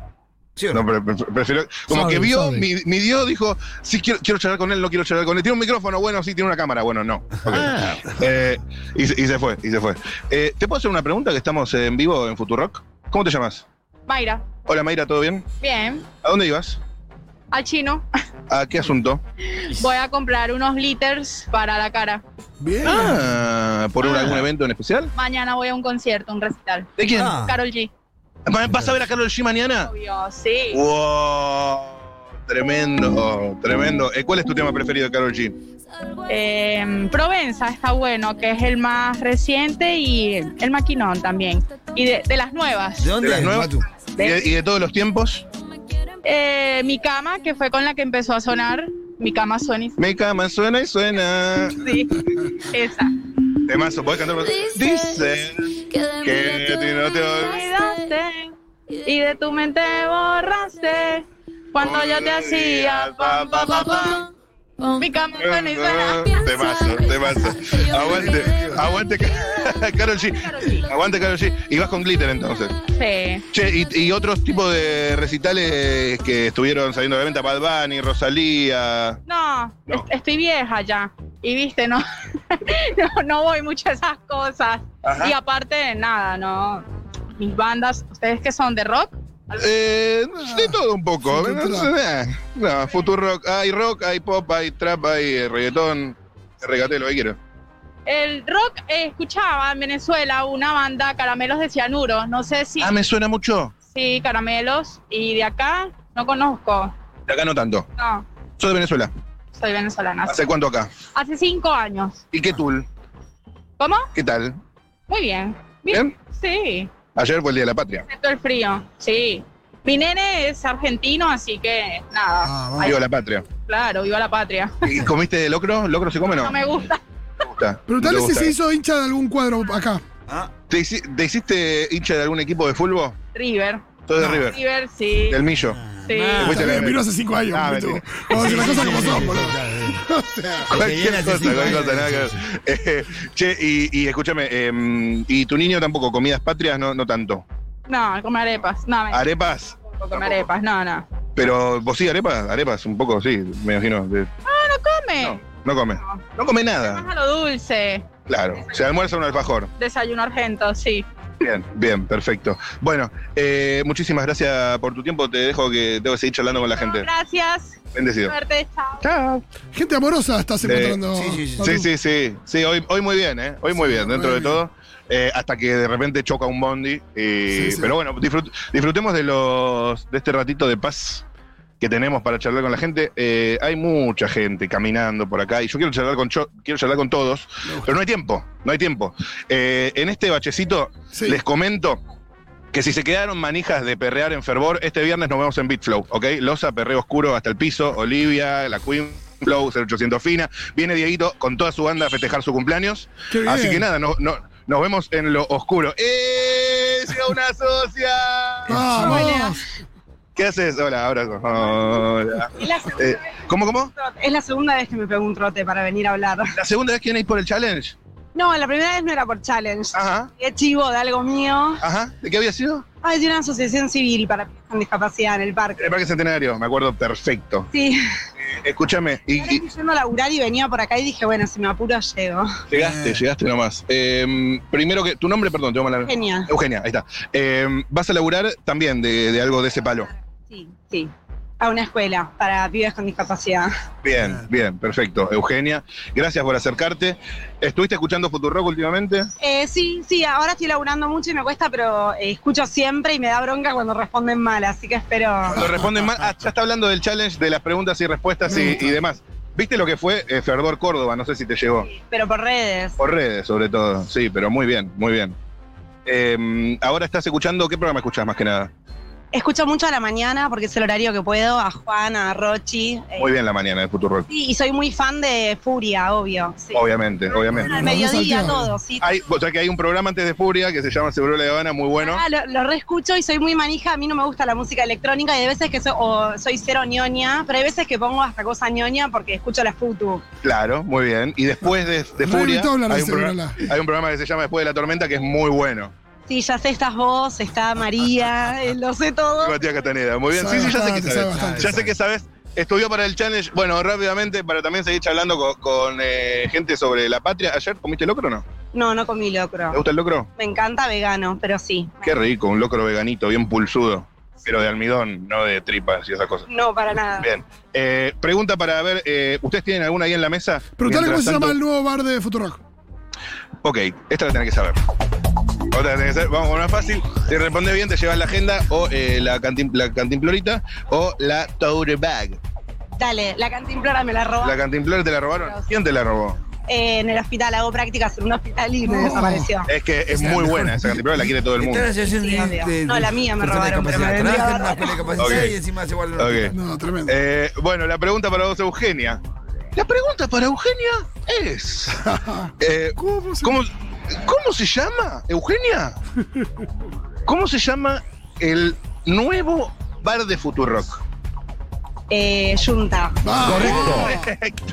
Speaker 3: ¿Sí o no?
Speaker 2: no, pre- pre- prefiero. Como
Speaker 7: Sabe,
Speaker 2: que vio,
Speaker 7: sabe.
Speaker 2: mi, midió, dijo, sí, quiero, quiero charlar con él, no quiero charlar con él. Tiene un micrófono, bueno, sí, tiene una cámara, bueno, no. Ok.
Speaker 5: Ah.
Speaker 2: Eh, y, se- y se fue, y se fue. Eh, ¿Te puedo hacer una pregunta que estamos en vivo en Futurock? ¿Cómo te llamas?
Speaker 8: Mayra,
Speaker 2: Hola Mayra, ¿todo bien?
Speaker 8: bien.
Speaker 2: ¿A dónde ibas?
Speaker 8: Al chino
Speaker 2: ¿A qué asunto?
Speaker 8: voy a comprar unos glitters para la cara.
Speaker 1: Bien.
Speaker 2: Ah, ¿Por un- algún evento en especial?
Speaker 8: Mañana voy a un concierto, un recital.
Speaker 2: ¿De quién?
Speaker 3: Ah,
Speaker 8: Carol G.
Speaker 2: ¿Va- ¿Vas a ver a Carol G mañana?
Speaker 8: Obvio, sí.
Speaker 2: ¡Wow! Tremendo, tremendo. Eh, ¿Cuál es tu tema preferido de Carol G?
Speaker 8: Eh, Provenza está bueno, que es el más reciente y el maquinón también. Y de, de las nuevas,
Speaker 3: ¿De dónde
Speaker 2: ¿De las
Speaker 3: es,
Speaker 2: nuevas?
Speaker 3: Matu?
Speaker 2: ¿Y de, y de todos los tiempos?
Speaker 8: eh, mi cama, que fue con la que empezó a sonar, mi cama Sony.
Speaker 2: Mi cama suena y suena.
Speaker 8: Sí, esa.
Speaker 2: Temazo, ¿podés cantar? Dicen que de ti no te olvidas.
Speaker 8: Olvidaste y de tu mente borraste cuando yo te hacía pam, pam, pam, pam. Mi cama suena y suena.
Speaker 2: Temazo, temazo. Aguante, aguante Carol
Speaker 8: Karol
Speaker 2: G.
Speaker 8: G.
Speaker 2: Aguante Carol G. Y vas con glitter entonces.
Speaker 8: Sí.
Speaker 2: Che, y, y otros tipos de recitales que estuvieron saliendo de la venta, Bad Bunny, Rosalía.
Speaker 8: No,
Speaker 2: No.
Speaker 8: es- estoy vieja ya. Y viste, no, no, no voy mucho a esas cosas. Y aparte de nada, no. Mis bandas, ¿ustedes que son de rock?
Speaker 2: Eh, de todo un poco.
Speaker 1: Future
Speaker 2: No, sé, eh, no, futuro rock. Hay rock, hay pop, hay trap, hay eh, reggaetón. Regate lo que quiero.
Speaker 8: El rock eh, escuchaba en Venezuela una banda, Caramelos de Cianuro. No sé si,
Speaker 2: Ah, me suena mucho.
Speaker 8: si Caramelos y de acá no conozco.
Speaker 2: De acá no tanto.
Speaker 8: No,
Speaker 2: Soy de Venezuela.
Speaker 8: soy venezolana.
Speaker 2: ¿Hace cuánto acá?
Speaker 8: Hace cinco años.
Speaker 2: ¿Y qué tool?
Speaker 8: ¿Cómo?
Speaker 2: ¿Qué tal?
Speaker 8: Muy bien.
Speaker 2: ¿Bien?
Speaker 8: Sí,
Speaker 2: Ayer fue el Día de la Patria.
Speaker 8: excepto el frío. Sí. Mi nene es argentino, así que nada.
Speaker 1: Ah,
Speaker 2: Viva
Speaker 1: vamos.
Speaker 2: la Patria.
Speaker 8: Claro, viva la patria.
Speaker 2: ¿Y comiste locro? ¿Locro se come o no?
Speaker 8: No me gusta.
Speaker 2: Me gusta.
Speaker 1: Pero
Speaker 2: ¿Te
Speaker 1: tal vez si
Speaker 2: gusta?
Speaker 1: se hizo hincha de algún cuadro acá.
Speaker 3: Ah,
Speaker 2: ¿Te, hici- te hiciste hincha de algún equipo de fútbol?
Speaker 8: River.
Speaker 2: Soy de River.
Speaker 8: River, sí.
Speaker 2: Del Millo.
Speaker 8: Sí.
Speaker 1: Ah,
Speaker 2: fuiste
Speaker 1: está bien,
Speaker 2: la-
Speaker 1: vino hace cinco años.
Speaker 2: Ah,
Speaker 1: boludo.
Speaker 2: mentira.
Speaker 1: Vamos a decir las cosas como son, boludo.
Speaker 3: O sea,
Speaker 2: Cualquier cosa, cualquier cosa, nada que ver. Eh, che, y, y escúchame, em, ¿y tu niño tampoco? ¿Comidas patrias? No, no tanto.
Speaker 8: No, come arepas. No, me
Speaker 2: ¿Arepas?
Speaker 8: come arepas. No, no.
Speaker 2: Pero vos sí, arepas, arepas, un poco, sí, me imagino. de-
Speaker 8: Come.
Speaker 2: No, no come.
Speaker 8: No.
Speaker 2: No come
Speaker 8: Más
Speaker 2: nada,
Speaker 8: a lo dulce.
Speaker 2: claro. Se almuerza un alfajor.
Speaker 8: Desayuno argento, sí.
Speaker 2: Bien, bien, perfecto. Bueno, eh, muchísimas gracias por tu tiempo. Te dejo que tengo que seguir charlando con la gente.
Speaker 8: Gracias.
Speaker 2: Bendecido.
Speaker 8: Suerte. Chao.
Speaker 2: Chao.
Speaker 1: Gente amorosa estás
Speaker 2: Sí.
Speaker 1: encontrando.
Speaker 3: Sí, sí, sí.
Speaker 1: Manu.
Speaker 2: Sí, sí, sí. Sí, hoy, hoy muy bien, ¿eh? Hoy muy
Speaker 1: Sí,
Speaker 2: bien, dentro
Speaker 1: muy
Speaker 2: de
Speaker 1: bien.
Speaker 2: todo. Eh, hasta que de repente choca un bondi. eh,
Speaker 1: Sí, sí.
Speaker 2: Pero bueno, disfrut- disfrutemos de los de este ratito de paz que tenemos para charlar con la gente. Eh, hay mucha gente caminando por acá y yo quiero charlar con, cho- quiero charlar con todos, pero no hay tiempo, no hay tiempo. Eh, en este bachecito
Speaker 1: Sí.
Speaker 2: Les comento que si se quedaron manijas de perrear en fervor, este viernes nos vemos en Bitflow, ¿ok? Losa, perreo oscuro hasta el piso, Olivia, la Queen. Flow 0800 Fina. Viene Dieguito con toda su banda a festejar su cumpleaños.
Speaker 1: Qué bien.
Speaker 2: Así que nada, no- no- nos vemos en lo oscuro. ¡Eh! ¡Llega una socia!
Speaker 1: Vamos.
Speaker 2: ¿Qué haces? Hola, abrazo. Hola.
Speaker 8: Es la, segunda
Speaker 2: Eh,
Speaker 8: vez
Speaker 2: ¿Cómo, cómo?
Speaker 8: que- es la segunda vez que me pego un trote para venir a hablar.
Speaker 2: ¿La segunda vez que venís por el challenge?
Speaker 8: No, la primera vez no era por challenge.
Speaker 2: Ajá,
Speaker 8: Es chivo de algo mío.
Speaker 2: ajá. ¿De qué había sido?
Speaker 8: Ah, es de una asociación civil para personas con discapacidad en el
Speaker 2: En el
Speaker 8: parque.
Speaker 2: Parque Centenario, me acuerdo perfecto.
Speaker 8: Sí,
Speaker 2: Eh, Escúchame. y-
Speaker 8: ahora
Speaker 2: y,
Speaker 8: estoy yendo a laburar y venía por acá y dije, bueno, si me apuro llego.
Speaker 2: Llegaste,
Speaker 3: Bien.
Speaker 2: llegaste nomás. Eh, primero que. Tu nombre, perdón, te voy a mandar-
Speaker 8: Genial.
Speaker 2: Eugenia, ahí está. Eh, vas a laburar también de, de algo de ese palo.
Speaker 8: Sí, sí. A una escuela para pibes con discapacidad.
Speaker 2: Bien, bien, perfecto. Eugenia, gracias por acercarte. ¿Estuviste escuchando Futurock últimamente?
Speaker 8: Eh, sí, sí, ahora estoy laburando mucho y me cuesta, pero eh, escucho siempre y me da bronca cuando responden mal, así que espero.
Speaker 2: Lo responden mal. Ah, ya está hablando del challenge de las preguntas y respuestas y, y demás. ¿Viste lo que fue eh, Ferdor Córdoba? No sé si te llegó.
Speaker 8: Pero por redes.
Speaker 2: Por redes, sobre todo. Sí, pero muy bien, muy bien. Eh, ahora estás escuchando, ¿qué programa escuchas más que nada?
Speaker 8: Escucho mucho a la mañana porque es el horario que puedo, a Juan, a Rochi. eh,
Speaker 2: Muy bien la mañana de Futurock.
Speaker 8: Sí, y soy muy fan de Furia, obvio. Sí.
Speaker 2: Obviamente, obviamente.
Speaker 8: Al mediodía,
Speaker 1: Santiago.
Speaker 8: todo, sí.
Speaker 2: Hay, o sea que hay un programa antes de Furia que se llama Seguro la Habana, muy bueno.
Speaker 8: Ah, lo, lo reescucho y soy muy manija, a mí no me gusta la música electrónica y hay veces que soy, o soy cero ñoña, pero hay veces que pongo hasta cosa ñoña porque escucho la futu.
Speaker 2: Claro, muy bien. Y después de, de
Speaker 1: Remy
Speaker 2: Furia
Speaker 1: Tobler
Speaker 2: hay
Speaker 1: de
Speaker 2: un, programa,
Speaker 1: Seguro
Speaker 2: hay un programa que se llama Después de la Tormenta que es muy bueno.
Speaker 8: Sí, ya sé, estás vos, está María, eh, lo sé todo.
Speaker 2: Matías Castaneda, muy bien. Sí,
Speaker 1: Sabe
Speaker 2: sí, ya sé que
Speaker 1: bastante, sabe
Speaker 2: sabes.
Speaker 1: bastante,
Speaker 2: Ya
Speaker 1: sabe.
Speaker 2: sé que sabes. Estudió para el challenge. Bueno, rápidamente, para también seguir charlando con, con, eh, gente sobre la patria. ¿Ayer comiste locro o no?
Speaker 8: No, no comí
Speaker 2: ¿Te
Speaker 8: locro.
Speaker 2: gusta el locro?
Speaker 8: Me encanta vegano, pero sí.
Speaker 2: Qué rico, un locro veganito, bien pulsudo. Pero de almidón, no de tripas y esas cosas.
Speaker 8: No, para nada.
Speaker 2: Bien. Eh, pregunta para ver, eh, ¿ustedes tienen alguna ahí en la mesa?
Speaker 1: Preguntale cómo
Speaker 2: Mientras
Speaker 1: se
Speaker 2: tanto-
Speaker 1: llama el nuevo bar de Futurock.
Speaker 2: Ok, esta la tenés que saber. Otra la tenés que saber. Vamos con una fácil. Si respondes bien, te llevas la agenda o eh, la, cantim- la cantimplorita o la tote bag.
Speaker 8: Dale, la cantimplora me la
Speaker 2: ¿La
Speaker 8: roba.
Speaker 2: cantimplora te la robaron? ¿Quién te la robó?
Speaker 8: Eh, en el hospital hago prácticas en un hospital y me
Speaker 1: No.
Speaker 8: desapareció.
Speaker 2: Es que es muy buena esa cantimplora, la quiere todo el
Speaker 3: Está
Speaker 2: mundo.
Speaker 3: en la asociación
Speaker 8: Sí,
Speaker 3: de-
Speaker 8: obvio.
Speaker 3: de-
Speaker 8: No,
Speaker 3: de
Speaker 8: la mía me
Speaker 3: personas
Speaker 8: robaron, pero me
Speaker 3: discapacitadas.
Speaker 8: vendría
Speaker 3: Trabaja en
Speaker 8: bárbaro.
Speaker 3: una escuela de capacidad
Speaker 2: Ok.
Speaker 3: y encima se vuelve
Speaker 2: Ok.
Speaker 1: No, tremendo.
Speaker 2: Eh, bueno, la pregunta para vos, Eugenia. La pregunta para Eugenia es... eh,
Speaker 1: ¿Cómo se-
Speaker 2: ¿cómo, cómo se llama, Eugenia? ¿Cómo se llama el nuevo bar de Futurock?
Speaker 8: Eh, Junta.
Speaker 1: Vamos.
Speaker 2: Perfecto,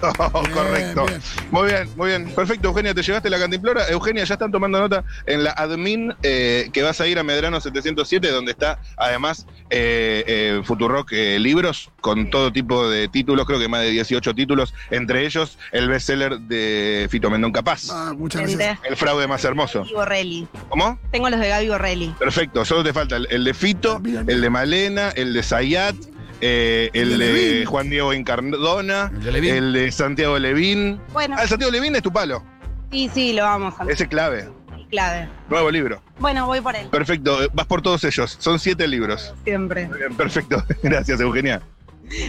Speaker 1: Bien,
Speaker 2: correcto.
Speaker 1: bien.
Speaker 2: Muy bien, muy bien. Perfecto, Eugenia, te llevaste la cantimplora. Eugenia, ya están tomando nota en la admin eh, que vas a ir a Medrano 707, donde está además eh, eh, Futurock eh, libros con todo tipo de títulos, creo que más de 18 títulos, entre ellos el bestseller de Fito Mendón Capaz,
Speaker 1: Ah, muchas gracias.
Speaker 8: Gente.
Speaker 2: El fraude más hermoso.
Speaker 8: Y Borrelli.
Speaker 2: ¿Cómo?
Speaker 8: Tengo los de Gaby Borrelli.
Speaker 2: Perfecto, solo te falta el, el de Fito, el de Malena, el de Zayat, eh, el de Juan Diego Incardona,
Speaker 3: El de Levín.
Speaker 2: el de Santiago Levín.
Speaker 8: Bueno,
Speaker 2: Ah, el Santiago Levín es tu palo.
Speaker 8: sí, sí, lo vamos a
Speaker 2: Ese es clave.
Speaker 8: clave.
Speaker 2: Nuevo libro.
Speaker 8: Bueno, voy por él,
Speaker 2: Perfecto. eh, Vas por todos ellos. Son siete libros.
Speaker 8: siempre.
Speaker 2: Muy bien, Perfecto. Gracias, Eugenia.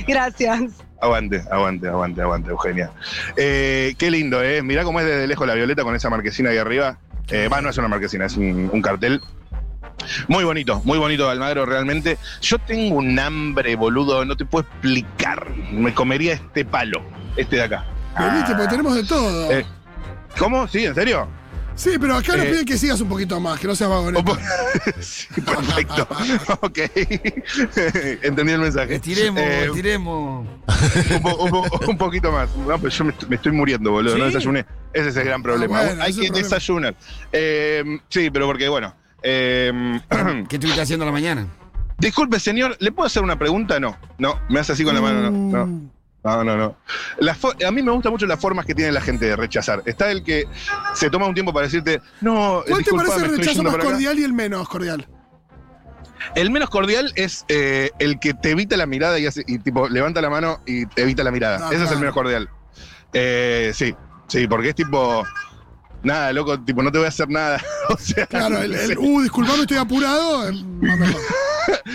Speaker 8: Gracias.
Speaker 2: Aguante, aguante, aguante, aguante, Eugenia. Eh, qué lindo, ¿eh? Mirá cómo es desde lejos la violeta con esa marquesina ahí arriba. Eh, va, no es una marquesina, es un, un cartel. Muy bonito, muy bonito Almagro, realmente. Yo tengo un hambre, boludo, no te puedo explicar. Me comería este palo, este de acá.
Speaker 1: Pero viste, porque tenemos de todo.
Speaker 2: Eh, ¿Cómo? ¿Sí? ¿En serio?
Speaker 1: sí, pero acá nos
Speaker 2: eh.
Speaker 1: piden que sigas un poquito más, que no seas
Speaker 2: O
Speaker 1: vagoneta.
Speaker 2: po- Sí, perfecto. ok. Entendí el mensaje.
Speaker 3: Estiremos,
Speaker 2: Eh,
Speaker 3: estiremos.
Speaker 2: un, po- un po- un poquito más. No, pero yo me, est- me estoy muriendo, boludo. No
Speaker 3: ¿Sí?
Speaker 2: desayuné. Ese es el gran problema.
Speaker 1: Ah, bueno,
Speaker 2: Hay
Speaker 1: ese
Speaker 2: que
Speaker 1: es el problema.
Speaker 2: desayunar. Eh, sí, pero porque, bueno. eh,
Speaker 3: ¿Qué estuviste haciendo a la mañana?
Speaker 1: Mm.
Speaker 2: disculpe, señor, ¿le puedo hacer una pregunta? No. Eh, No, me hace así con la mano. No. no. No, no, no. La fo- a mí me gustan mucho las formas que tiene la gente de rechazar. Está el que se toma un tiempo para decirte, no,
Speaker 1: ¿Cuál te
Speaker 2: disculpa,
Speaker 1: parece
Speaker 2: me
Speaker 1: el
Speaker 2: estoy
Speaker 1: rechazo
Speaker 2: yendo
Speaker 1: más
Speaker 2: para acá".
Speaker 1: cordial y el menos cordial?
Speaker 2: El menos cordial es eh, el que te evita la mirada y, hace- y, tipo levanta la mano y te evita la mirada.
Speaker 1: Ah,
Speaker 2: Ese es
Speaker 1: claro.
Speaker 2: el menos cordial. Eh, sí, sí, porque es tipo, nada, loco, tipo, no te voy a hacer nada. o sea,
Speaker 1: Claro, el, el, uh, disculpame, estoy apurado. eh, más mejor.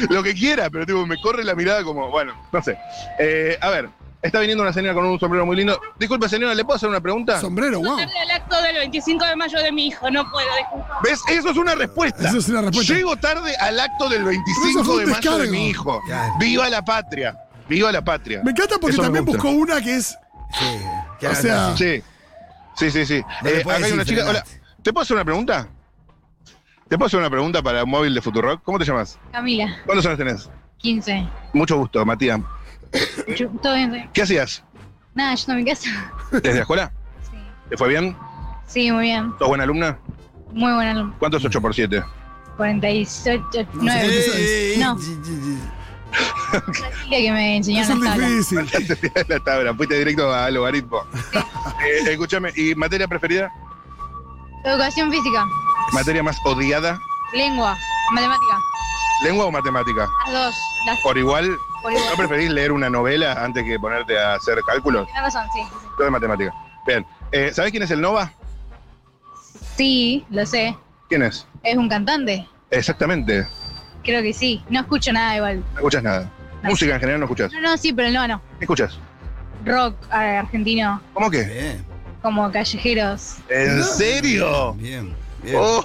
Speaker 2: lo que quiera, pero tipo, me corre la mirada como, bueno, no sé. Eh, a ver, está viniendo una señora con un sombrero muy lindo. Disculpe, señora, ¿le puedo hacer una pregunta?
Speaker 1: Sombrero, wow.
Speaker 8: el acto del 25 de mayo de mi hijo, no puedo, disculpa.
Speaker 2: ¿Ves? Eso es una respuesta.
Speaker 1: Eso es una respuesta.
Speaker 2: Llego tarde al acto del
Speaker 1: Eso fue
Speaker 2: 25
Speaker 1: un
Speaker 2: de mayo de
Speaker 1: descargo.
Speaker 2: mi hijo.
Speaker 3: Claro.
Speaker 2: Viva la patria. Viva la patria.
Speaker 1: Me encanta porque
Speaker 2: Eso me
Speaker 1: también
Speaker 2: gusta.
Speaker 1: buscó una que es.
Speaker 3: Sí. que
Speaker 1: O
Speaker 3: hagan
Speaker 1: sea,
Speaker 3: así.
Speaker 2: Sí. Sí, sí, sí.
Speaker 3: Ah. No le
Speaker 2: Eh,
Speaker 3: puedes
Speaker 2: acá hay una
Speaker 3: decir
Speaker 2: chica. Hola,
Speaker 3: frenate.
Speaker 2: ¿te puedo hacer una pregunta? ¿Te puedo hacer una pregunta para el móvil de Futurock? ¿Cómo te llamas?
Speaker 8: Camila,
Speaker 2: ¿Cuántos años tenés?
Speaker 8: 15.
Speaker 2: Mucho gusto, Matías.
Speaker 8: Yo- todo bien.
Speaker 2: ¿Qué hacías?
Speaker 8: Nada, yo no me casa.
Speaker 2: ¿Desde la escuela?
Speaker 8: Sí.
Speaker 2: ¿Te fue bien?
Speaker 8: Sí, muy bien.
Speaker 2: ¿Sos buena alumna?
Speaker 8: Muy buen alumno.
Speaker 2: ¿Cuánto es 8 por 7?
Speaker 8: 48,
Speaker 1: No sé qué
Speaker 8: 9.
Speaker 1: es.
Speaker 8: No.
Speaker 3: Sí, sí, sí.
Speaker 8: que me enseñó
Speaker 1: Eso
Speaker 8: en
Speaker 1: es
Speaker 8: la tabla.
Speaker 1: difícil.
Speaker 2: la tabla, fuiste directo al logaritmo. Eh, escúchame, ¿y materia preferida?
Speaker 8: Educación física,
Speaker 2: ¿Materia más odiada?
Speaker 8: lengua, matemática.
Speaker 2: ¿Lengua o matemática?
Speaker 8: Las dos. Las
Speaker 2: Por igual,
Speaker 8: por
Speaker 2: ¿no
Speaker 8: igual.
Speaker 2: preferís leer una novela antes que ponerte a hacer cálculos?
Speaker 8: Tienes razón, sí. sí,
Speaker 2: Yo de matemática. Bien. Eh, ¿Sabés quién es el Nova?
Speaker 8: sí. Sí, lo sé.
Speaker 2: ¿Quién es?
Speaker 8: ¿Es un cantante?
Speaker 2: Exactamente.
Speaker 8: Creo que sí. No escucho nada igual.
Speaker 2: No escuchas nada.
Speaker 8: No.
Speaker 2: Música en general no escuchas.
Speaker 8: No, no, sí, pero no, no.
Speaker 2: ¿Qué escuchas?
Speaker 8: Rock eh, argentino,
Speaker 2: ¿Cómo que?
Speaker 3: Bien,
Speaker 8: como callejeros.
Speaker 2: ¿En serio?
Speaker 3: bien, bien.
Speaker 2: Oh,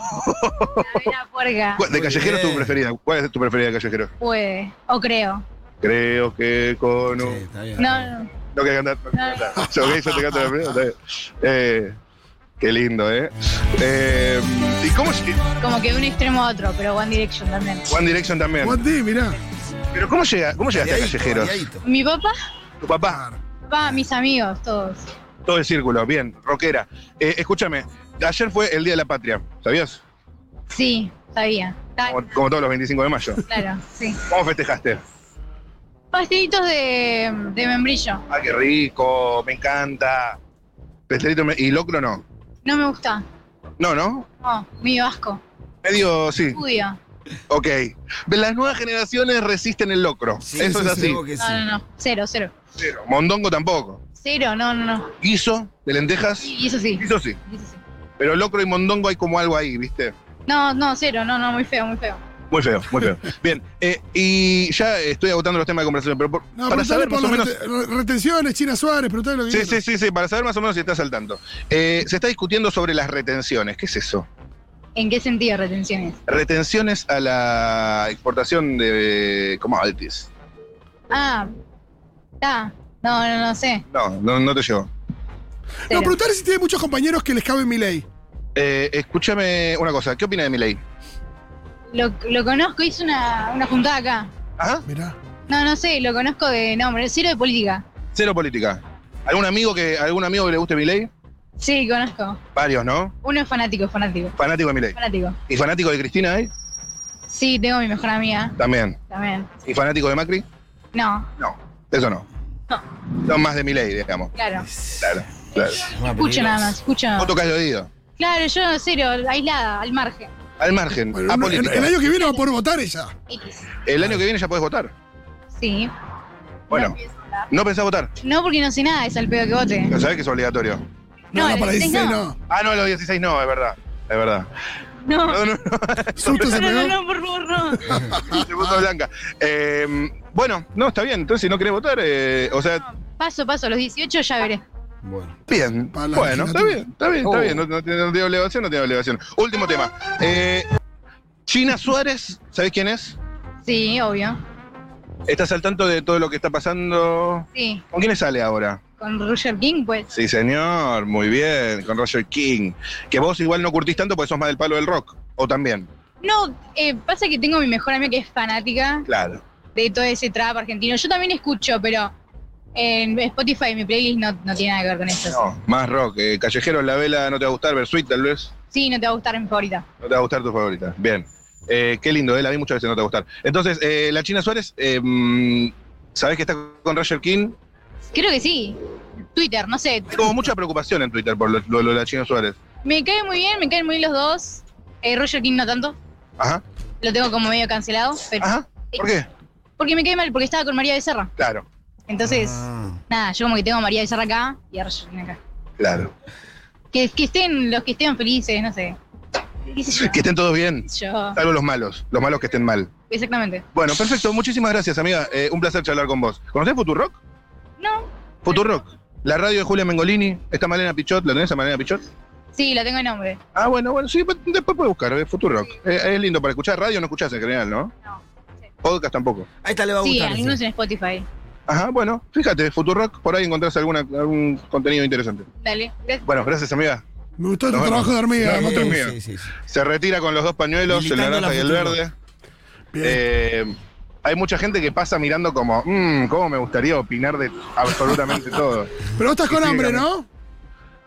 Speaker 8: La puerca
Speaker 2: ¿cuál- ¿De
Speaker 3: Muy
Speaker 2: callejeros tu
Speaker 3: bien.
Speaker 2: preferida? ¿Cuál es tu preferida de callejeros?
Speaker 8: puede, o creo.
Speaker 2: Creo que con
Speaker 3: Sí,
Speaker 2: un...
Speaker 3: está bien.
Speaker 8: No, no, no.
Speaker 2: No que cantar. No, que cantar. Ok, yo te canto la primera. está bien. Eh, qué lindo, ¿eh? eh y cómo es que-
Speaker 8: como que de un extremo a otro, pero One Direction también.
Speaker 2: One Direction también.
Speaker 1: Juan D, mirá.
Speaker 2: Pero ¿cómo, llega, cómo llegaste a
Speaker 3: Variadito,
Speaker 2: callejeros?
Speaker 3: variadito.
Speaker 8: Mi papá,
Speaker 2: Tu papá,
Speaker 8: papá, mis amigos, todos.
Speaker 2: todo el círculo, bien, rockera. Eh, escúchame, ayer fue el Día de la Patria, ¿sabías?
Speaker 8: Sí, sabía. Ta-
Speaker 2: Como, como todos los 25 de mayo.
Speaker 8: Claro, sí.
Speaker 2: ¿Cómo festejaste?
Speaker 8: Pastelitos de, de membrillo.
Speaker 2: Ah, qué rico, me encanta. Pastelito me- y locro no.
Speaker 8: No me gusta.
Speaker 2: No, ¿no?
Speaker 8: No, muy vasco.
Speaker 2: Medio, sí,
Speaker 8: Judío.
Speaker 2: ok. Las nuevas generaciones resisten el locro.
Speaker 3: Sí,
Speaker 2: Eso
Speaker 3: sí,
Speaker 2: es
Speaker 3: sí,
Speaker 2: así.
Speaker 3: creo que sí.
Speaker 8: No, no, no. Cero, cero.
Speaker 2: Cero. Mondongo tampoco.
Speaker 8: Cero, no, no, no.
Speaker 2: Guiso de lentejas.
Speaker 8: Sí, eso sí.
Speaker 2: Guiso sí.
Speaker 8: eso sí.
Speaker 2: Pero locro y mondongo hay como algo ahí, ¿viste?
Speaker 8: No, no, cero, no, no, muy feo, muy feo.
Speaker 2: Muy feo, muy feo. Bien, eh, y ya estoy agotando los temas de conversación, pero por-
Speaker 1: No,
Speaker 2: para
Speaker 1: preguntale
Speaker 2: saber
Speaker 1: por
Speaker 2: más o
Speaker 1: las
Speaker 2: menos.
Speaker 1: rete- re- retenciones, China Suárez, preguntale lo que
Speaker 2: Sí,
Speaker 1: quieras.
Speaker 2: sí, sí, sí, para saber más o menos si estás al tanto. Eh, se está discutiendo sobre las retenciones. ¿Qué es eso?
Speaker 8: ¿En qué sentido retenciones?
Speaker 2: Retenciones a la exportación de commodities.
Speaker 8: Ah, está. No, no, no sé.
Speaker 2: No, no, no te llevo.
Speaker 1: No,
Speaker 8: Cero.
Speaker 1: preguntale si tiene muchos compañeros que les cabe mi ley.
Speaker 2: Eh, escúchame una cosa, ¿qué opina de mi ley?
Speaker 8: Lo, lo conozco, hizo una, una juntada acá.
Speaker 2: Ajá,
Speaker 1: Mirá.
Speaker 8: No, no sé, lo conozco de nombre, cero de política.
Speaker 2: cero política. ¿Algún amigo que, algún amigo que le guste mi ley?
Speaker 8: Sí, conozco.
Speaker 2: Varios, ¿no?
Speaker 8: Uno es fanático, fanático,
Speaker 2: Fanático de mi ley.
Speaker 8: fanático.
Speaker 2: ¿Y fanático de Cristina hay?
Speaker 8: Sí, tengo mi mejor amiga
Speaker 2: También.
Speaker 8: también.
Speaker 2: ¿Y fanático de Macri?
Speaker 8: No,
Speaker 2: No, eso no. Son más de mi ley, digamos.
Speaker 8: claro.
Speaker 2: Claro, claro.
Speaker 3: Una
Speaker 8: Escucho
Speaker 3: peligrosa.
Speaker 8: nada más, escucho.
Speaker 2: Vos tocás de oído.
Speaker 8: Claro, yo cero, aislada, al margen.
Speaker 2: Al margen,
Speaker 1: Bueno, uno- el,
Speaker 2: apolítico.
Speaker 1: el año que viene va a poder votar ella.
Speaker 8: X.
Speaker 2: El año que viene ya podés votar.
Speaker 8: Sí.
Speaker 2: Bueno,
Speaker 8: No, pienso hablar.
Speaker 2: no pensás votar.
Speaker 8: no, porque no sé nada, es al pedo que vote.
Speaker 2: Pero sabés que es obligatorio.
Speaker 1: No,
Speaker 8: No,
Speaker 1: no, para
Speaker 8: el
Speaker 1: 16
Speaker 8: 16
Speaker 1: no.
Speaker 2: Ah, no, los 16 no, es verdad. Es verdad.
Speaker 8: No, no,
Speaker 2: No, no, no,
Speaker 1: Susto se
Speaker 8: no,
Speaker 1: pegó.
Speaker 8: no, por favor, no.
Speaker 2: se puso blanca. Eh, bueno, no, está bien. Entonces, si no querés votar, eh, o sea,
Speaker 8: Paso, paso, a los 18 ya veré.
Speaker 3: Bueno.
Speaker 2: bien.
Speaker 1: Para la
Speaker 2: Bueno, está
Speaker 1: legislatura.
Speaker 2: bien, está bien, está
Speaker 3: Oh.
Speaker 2: bien. No, no tiene, no tiene obligación, no tiene obligación. Último tema. Eh, China Suárez, ¿sabés quién es?
Speaker 8: Sí, obvio.
Speaker 2: ¿Estás al tanto de todo lo que está pasando?
Speaker 8: Sí,
Speaker 2: ¿Con quién sale ahora?
Speaker 8: con Roger King, pues.
Speaker 2: Sí, señor, muy bien, con Roger King. Que vos igual no curtís tanto porque sos más del palo del rock. O también,
Speaker 8: No, eh, pasa que tengo mi mejor amiga que es fanática
Speaker 2: claro.
Speaker 8: de todo ese trap argentino. Yo también escucho, pero en Spotify mi playlist no, no tiene nada que ver con eso.
Speaker 2: No, más rock. Eh, Callejero, La Vela, no te va a gustar, Versuit tal vez.
Speaker 8: Sí, no te va a gustar mi favorita.
Speaker 2: No te va a gustar tu favorita. Bien. Eh, qué lindo, eh, la vi muchas veces, no te va a gustar. Entonces, eh, la China Suárez, eh, mm, sabés que está con Roger King
Speaker 7: Creo que sí. Twitter, no sé.
Speaker 2: Hay como mucha preocupación en Twitter por lo, lo- lo de la Chino Suárez.
Speaker 7: Me cae muy bien, me caen muy bien los dos. Eh, Roger King no tanto.
Speaker 2: Ajá,
Speaker 7: Lo tengo como medio cancelado. Pero
Speaker 2: ajá. ¿Por qué?
Speaker 7: Porque me cae mal, porque estaba con María Becerra.
Speaker 2: Claro,
Speaker 7: Entonces,
Speaker 3: Ah.
Speaker 7: nada, yo como que tengo a María Becerra acá y a Roger King acá.
Speaker 2: claro.
Speaker 7: Que, que estén los que estén felices, no sé. ¿Qué sé yo?
Speaker 2: Que estén todos bien,
Speaker 7: qué sé yo.
Speaker 2: salvo los malos, los malos que estén mal.
Speaker 7: Exactamente.
Speaker 2: Bueno, perfecto, muchísimas gracias, amiga. Eh, un placer charlar con vos. ¿Conocés Futurock?
Speaker 7: No.
Speaker 2: Futurock, la radio de Julia Mengolini. Está Malena Pichot, ¿la tenés a Malena Pichot?
Speaker 7: Sí, lo tengo en nombre.
Speaker 2: Ah, bueno, bueno, sí, pues, después puedes buscar, eh, Futurock. Eh, es lindo para escuchar, radio no escuchás en general, ¿no?
Speaker 7: No, sí.
Speaker 2: Podcast tampoco.
Speaker 3: Ahí está, le va a
Speaker 7: Sí,
Speaker 3: gustar. ese.
Speaker 7: algunos en Spotify.
Speaker 2: Ajá, bueno, fíjate, Futurock, por ahí encontrás alguna, algún contenido interesante.
Speaker 7: Dale. gracias.
Speaker 2: Bueno, gracias, amiga.
Speaker 1: Me gustó este
Speaker 2: Nos vemos.
Speaker 1: trabajo de hormiga.
Speaker 2: Sí.
Speaker 1: ¿no?
Speaker 2: otro
Speaker 3: Sí,
Speaker 2: mío.
Speaker 3: sí, sí, sí.
Speaker 2: Se retira con los dos pañuelos, el
Speaker 3: Militando
Speaker 2: naranja
Speaker 3: la
Speaker 2: y el
Speaker 3: Futurock.
Speaker 2: verde.
Speaker 1: Bien.
Speaker 2: Eh, hay mucha gente que pasa mirando como, mmm, ¿cómo me gustaría opinar de absolutamente todo?
Speaker 1: Pero vos estás con
Speaker 2: sí,
Speaker 1: hambre,
Speaker 2: digamos.
Speaker 1: ¿no?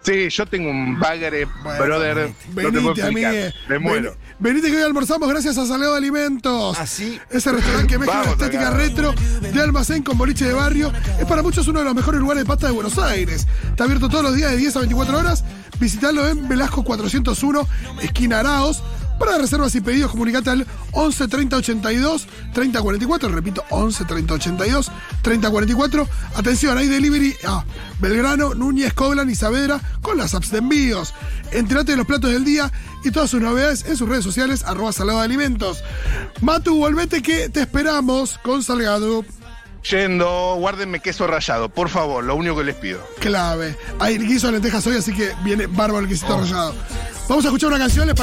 Speaker 2: Sí, yo tengo un bagre,
Speaker 3: Bueno,
Speaker 2: brother. no te puedo
Speaker 1: Venite,
Speaker 2: explicar.
Speaker 1: amigue.
Speaker 2: Me muero.
Speaker 1: Ven- Venite que hoy almorzamos gracias a Saleo de Alimentos.
Speaker 3: Así.
Speaker 1: Ese restaurante que mezcla la
Speaker 2: Vamos
Speaker 1: estética
Speaker 2: acá.
Speaker 1: retro de almacén con boliche de barrio es para muchos uno de los mejores lugares de pasta de Buenos Aires. Está abierto todos los días de 10 a 24 horas. Visitalo en Velasco 401, esquina Araos. Para reservas y pedidos, comunicate al 11 30 82 30 44. Repito, 11 30 82 30 44. Atención, hay delivery a Belgrano, Núñez, Coblan y Saavedra con las apps de envíos. Entrate de los platos del día y todas sus novedades en sus redes sociales, arroba salado de alimentos. Matu, volvete que te esperamos con Salgado.
Speaker 2: Yendo, guárdenme queso rallado, por favor, lo único que les pido.
Speaker 1: Clave. Hay guiso de lentejas hoy, así que viene bárbaro el quesito rallado. Vamos a escuchar una canción. ¿les